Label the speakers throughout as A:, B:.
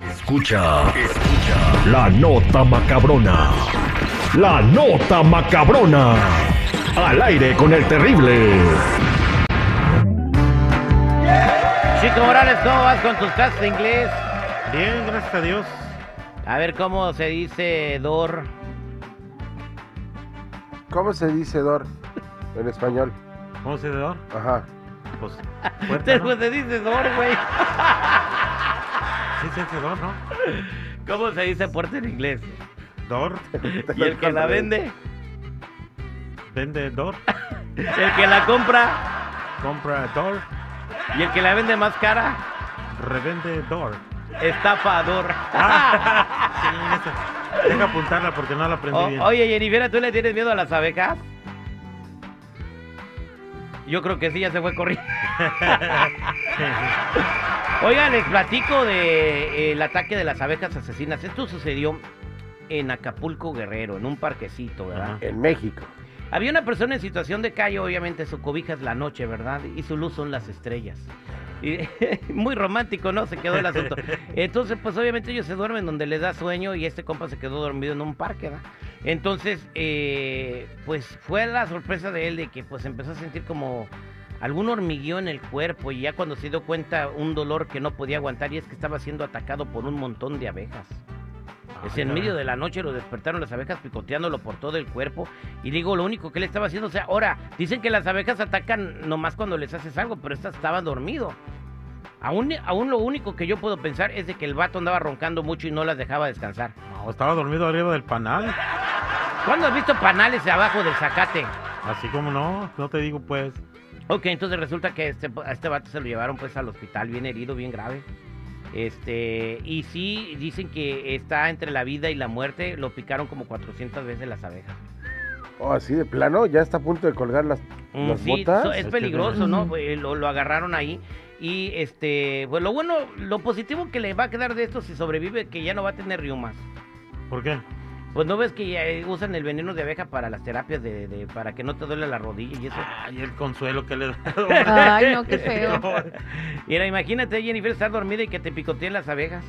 A: Escucha, escucha la nota macabrona. La nota macabrona. Al aire con el terrible.
B: Chico Morales, ¿cómo vas con tus clases de inglés?
C: Bien, gracias a Dios.
B: A ver cómo se dice door.
D: ¿Cómo se dice Dor en español?
C: ¿Cómo se da?
D: Ajá.
C: Pues, puerta, ¿no?
B: Después se dice door, güey.
C: Sí, se dice door, ¿no?
B: ¿Cómo se dice puerta en inglés?
C: Door,
B: ¿Y el que la vende?
C: vende door,
B: ¿El que la compra?
C: compra door,
B: ¿Y el que la vende más cara?
C: revende door.
B: Estafador.
C: Sí, esa. Deja apuntarla porque no la aprendí
B: O-
C: bien.
B: Oh, oye, Jennifer, ¿tú le tienes miedo a las abejas? Yo creo que sí, ya se fue corriendo. Oigan, les platico de eh, el ataque de las abejas asesinas. Esto sucedió en Acapulco Guerrero, en un parquecito, ¿verdad?
C: Ajá.
D: En México.
B: Había una persona en situación de calle, obviamente su cobija es la noche, ¿verdad? Y su luz son las estrellas. Y muy romántico, ¿no? Se quedó el asunto. Entonces, pues obviamente ellos se duermen donde les da sueño y este compa se quedó dormido en un parque, ¿verdad? Entonces, eh, pues fue la sorpresa de él de que pues empezó a sentir como algún hormigueo en el cuerpo y ya cuando se dio cuenta un dolor que no podía aguantar y es que estaba siendo atacado por un montón de abejas. Es
C: Ay,
B: en
C: caray.
B: medio de la noche lo despertaron las abejas picoteándolo por todo el cuerpo. Y digo, lo único que él estaba haciendo, o sea, ahora, dicen que las abejas atacan nomás cuando les haces algo, pero esta estaba dormido. Aún, aún lo único que yo puedo pensar es de que el vato andaba roncando mucho y no las dejaba descansar.
C: No, estaba dormido arriba del panal.
B: ¿Cuándo has visto panales de abajo del zacate?
C: Así como no, no te digo pues.
B: Ok, entonces resulta que este, a este vato se lo llevaron pues al hospital bien herido, bien grave. Este, y sí, dicen que está entre la vida y la muerte, lo picaron como 400 veces las abejas.
D: Oh, así de plano, ya está a punto de colgar las,
B: Mm,
D: las
B: sí,
D: botas.
B: so- es
C: Hay que
B: peligroso,
C: ver.
B: ¿no? Eh, Lo, lo agarraron ahí. Y este, pues lo bueno, lo positivo que le va a quedar de esto si sobrevive, que ya no va a tener riumas.
C: ¿Por qué?
B: Pues no ves que ya eh, usan el veneno de abeja para las terapias de, de- para que no te duele la rodilla y eso.
C: Ay, el consuelo que le da.
B: Ah,
E: Ay, no, qué feo.
B: Mira, imagínate, Jennifer, estar dormida y que te picoteen las abejas.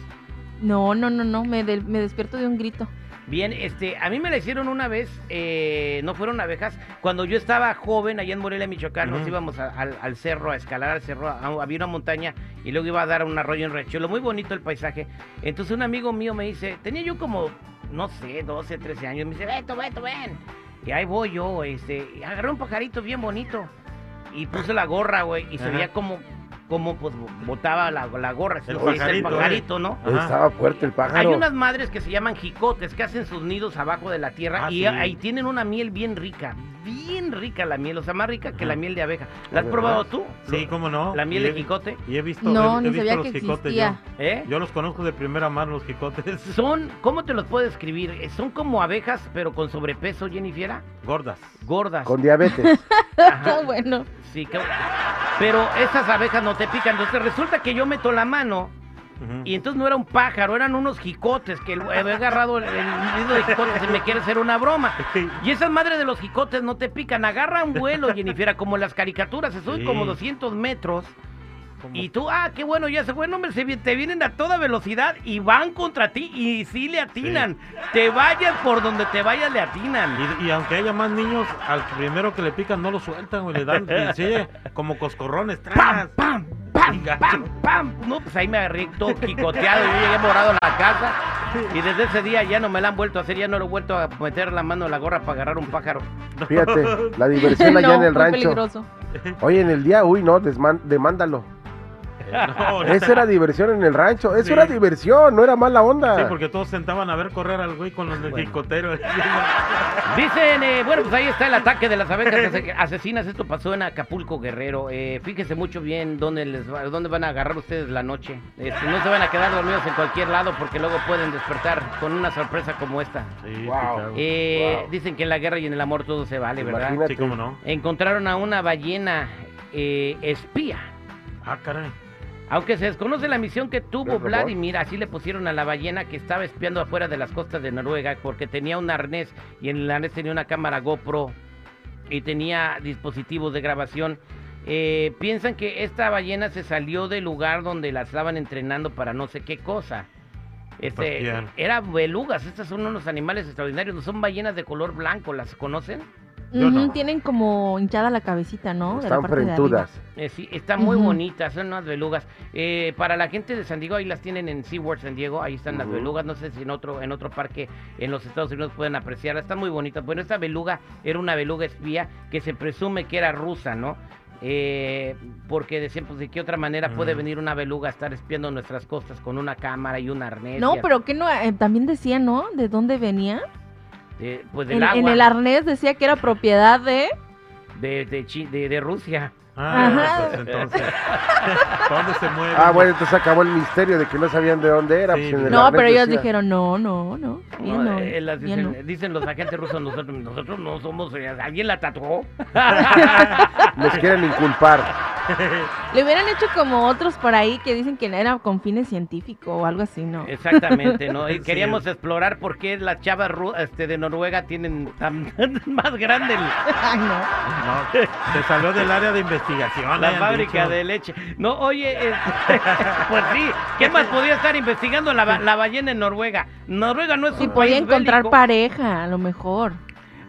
E: No, no, no, no, me, del- me despierto de un grito.
B: Bien, este, a mí me la hicieron una vez, eh, no fueron abejas, cuando yo estaba joven allá en Morelia, Michoacán, nos
C: Ujú.
B: íbamos a- al, al cerro, a escalar al cerro, a- había una montaña y luego iba a dar a un arroyo en Rechuelo, muy bonito el paisaje. Entonces un amigo mío me dice, tenía yo como, no sé, 12, 13 años, me dice, Beto, Beto, ven. Y ahí voy yo, este, y agarré un pajarito bien bonito y puse la gorra, güey, y se
C: Ajá.
B: veía como, como, pues, botaba la, la gorra, así,
C: El
B: lo que dice el
C: pajarito, eh.
B: pajarito ¿no?
C: Ajá.
D: Estaba fuerte el pájaro.
B: Hay unas madres que se llaman jicotes que hacen sus nidos abajo de la tierra
C: Ah,
B: y
C: sí.
B: ahí tienen una miel bien rica, bien rica la miel, o sea, más rica que la
C: Ajá.
B: miel de abeja. ¿La has
D: ¿De
B: probado tú?
C: Sí, cómo no.
B: La miel
C: Y
B: de
C: he-
B: jicote,
C: Y he visto,
E: No,
C: he- he
E: ni
C: visto
E: sabía
C: los
E: que
C: jicotes
E: existía.
B: ¿eh?
C: yo. Yo los conozco de primera mano los jicotes.
B: Son, ¿cómo te los puedo describir? Eh, Son como abejas, pero con sobrepeso, Jennifer,
C: Gordas.
B: gordas.
D: Con diabetes.
B: Ajá.
E: Ah, bueno.
B: Sí, que- Pero esas abejas no te pican, entonces resulta que yo meto la mano
C: Ujú.
B: y entonces no era un pájaro, eran unos jicotes que el- había agarrado el, el nido de jicotes y me quiere hacer una broma.
C: Sí.
B: Y esas madres de los jicotes no te pican, agarran vuelo, Jennifer, como las caricaturas, se suben
C: Sí.
B: como 200 metros.
C: Como-
B: Y tú, ah, qué bueno, ya se fue, no, hombre, se vi- te vienen a toda velocidad y van contra ti y sí le atinan. Te vayas por donde te vayas, le atinan.
C: Y, y aunque haya más niños, al primero que le pican no lo sueltan, güey. Le dan, le sigue como coscorrones.
B: ¡Pam,
C: ¡Tras!
B: pam, pam,
C: Un gacho.
B: pam, pam! No, pues ahí me agarré todo jicoteado, yo llegué morado a la casa. Y desde ese día ya no me la han vuelto a hacer, ya no lo he vuelto a meter la mano a la gorra para agarrar un pájaro.
D: Fíjate, la diversión allá
E: no,
D: en el
E: muy
D: rancho.
E: peligroso.
D: Oye, en el día, uy, no, desman- demándalo.
C: No,
D: Esa era diversión en el rancho. Eso
C: Sí.
D: era diversión, no era mala onda.
C: Sí, porque todos sentaban a ver correr al güey con los del jicoteros.
B: Dicen, eh, bueno, pues ahí está el ataque de las abejas ase- asesinas. Esto pasó en Acapulco, Guerrero. Eh, fíjense mucho bien dónde, les va- dónde van a agarrar ustedes la noche. Este, no se van a quedar dormidos en cualquier lado porque luego pueden despertar con una sorpresa como esta.
C: Sí,
D: Wow.
C: sí,
B: Eh,
D: Wow.
B: Dicen que en la guerra y en el amor todo se vale, ¿verdad?
D: Imagínate.
C: claro. Sí, cómo no.
B: Encontraron a una ballena eh, espía.
C: Ah, caray.
B: Aunque se desconoce la misión que tuvo
D: ¿Es robot?
B: Vladimir, así le pusieron a la ballena que estaba espiando afuera de las costas de Noruega porque tenía un arnés y en el arnés tenía una cámara GoPro y tenía dispositivos de grabación. Eh, piensan que esta ballena se salió del lugar donde la estaban entrenando para no sé qué cosa. Este,
C: También.
B: era belugas, estos son unos animales extraordinarios, no son ballenas de color blanco, ¿las conocen?
C: Yo no.
E: Ujú, Tienen como hinchada la cabecita, ¿no? De la
D: Están
E: parte de arriba.
D: frentudas.
B: Eh, sí, están muy
E: Ujú.
B: bonitas, son unas belugas. Eh, para la gente de San Diego, ahí las tienen en SeaWorld San Diego, ahí están las
D: Ujú.
B: belugas, no sé si en otro, en otro parque en los Estados Unidos pueden apreciarlas, están muy bonitas. Bueno, esta beluga era una beluga espía que se presume que era rusa, ¿no? Eh, porque decían, pues de qué otra manera puede
C: Mm.
B: venir una beluga a estar espiando nuestras costas con una cámara y un arnés.
E: No,
B: y a-
E: pero que no, eh, también decía, ¿no? ¿De dónde venía?
B: eh, pues del
E: En, en
B: agua,
E: el arnés decía que era propiedad de...
B: de, de Chi- de- de Rusia.
C: Ah,
E: Ajá.
C: pues entonces. ¿Para dónde se mueve?
D: Ah, bueno, entonces acabó el misterio de que no sabían de dónde era.
C: Sí,
D: pues, en el
E: No,
D: arnés
E: pero ellos
D: decía.
E: dijeron, no, no, no. ya
B: No,
E: no,
B: eh, las
E: ya
B: dicen,
E: no.
B: dicen los agentes rusos, nosotros, nosotros no somos, eh, alguien la tatuó.
D: Nos quieren inculpar.
E: Le hubieran hecho como otros por ahí que dicen que era con fines científicos o algo así, ¿no?
B: Exactamente, ¿no? Y
C: Sí.
B: queríamos explorar por qué las chavas ru- este, de Noruega tienen tan, más grande el-
E: Ay, no.
C: No, se salió del área de investigación.
B: la
C: hayan
B: fábrica
C: dicho.
B: de leche. No, oye, este, pues sí, ¿qué más podía estar investigando la, ba- la ballena en Noruega? Noruega no Pues es
E: Si
B: un
E: podía
B: país
E: encontrar
B: bélico.
E: pareja, a lo mejor.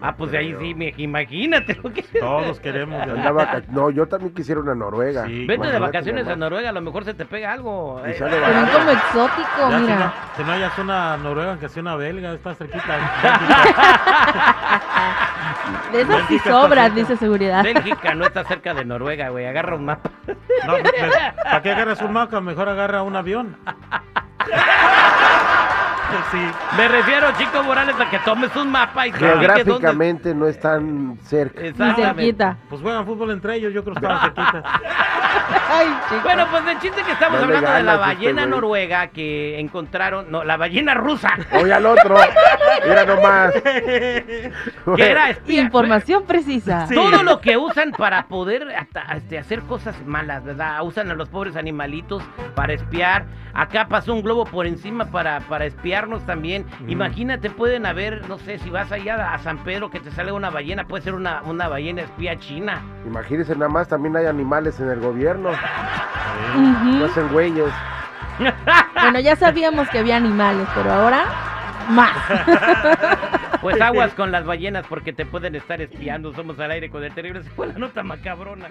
B: Ah, pues de ahí sí, me- imagínate lo que...
C: Todos queremos. de-
D: Andaba ca- No, yo también quisiera una Noruega.
C: Sí,
B: Vete de
D: Imagínate
B: vacaciones a
D: nomás.
B: Noruega, a lo mejor se te pega algo.
D: Y
B: eh.
D: sale
E: Pero es
D: barato.
E: como exótico,
C: Ya, si, no,
E: mira.
C: si no hayas una noruega, que sea una belga, está cerquita.
E: De esas sí
C: Bélgica está
E: sobras,
C: cerca.
E: dice seguridad.
B: Bélgica no está cerca de Noruega, güey. Agarra un mapa.
C: No, me- ¿Para qué agarras un maca? Mejor agarra un avión. Sí.
B: Me refiero, Chico Morales, a que tomes un mapa y que ubiques dónde-
D: Geográficamente no están cerca.
E: Ni
B: Exactamente.
E: cerquita.
C: Pues juegan fútbol entre ellos, yo creo que estaban cerquita.
E: Ay, chico.
B: Bueno, pues el chiste que estamos
D: No le
B: hablando de la
D: ganas este
B: ballena
D: güey.
B: noruega que encontraron, no, la ballena rusa,
D: Voy al otro. Mira nomás.
B: que era espía.
E: Información precisa.
C: Sí.
B: Todo lo que usan para poder hasta- este, hacer cosas malas, ¿verdad? Usan a los pobres animalitos para espiar. Acá pasó un globo por encima para, para espiarnos también.
C: Mm.
B: Imagínate, pueden haber, no sé, si vas allá a San Pedro que te sale una ballena, puede ser una, una ballena espía china.
D: Imagínense nada más, también hay animales en el gobierno. No
E: Ujú.
D: hacen güeyes.
E: Bueno, ya sabíamos que había animales, pero ahora más.
B: Pues aguas con las ballenas porque te pueden estar espiando. Somos al aire con el terrible. Se fue la nota macabrona.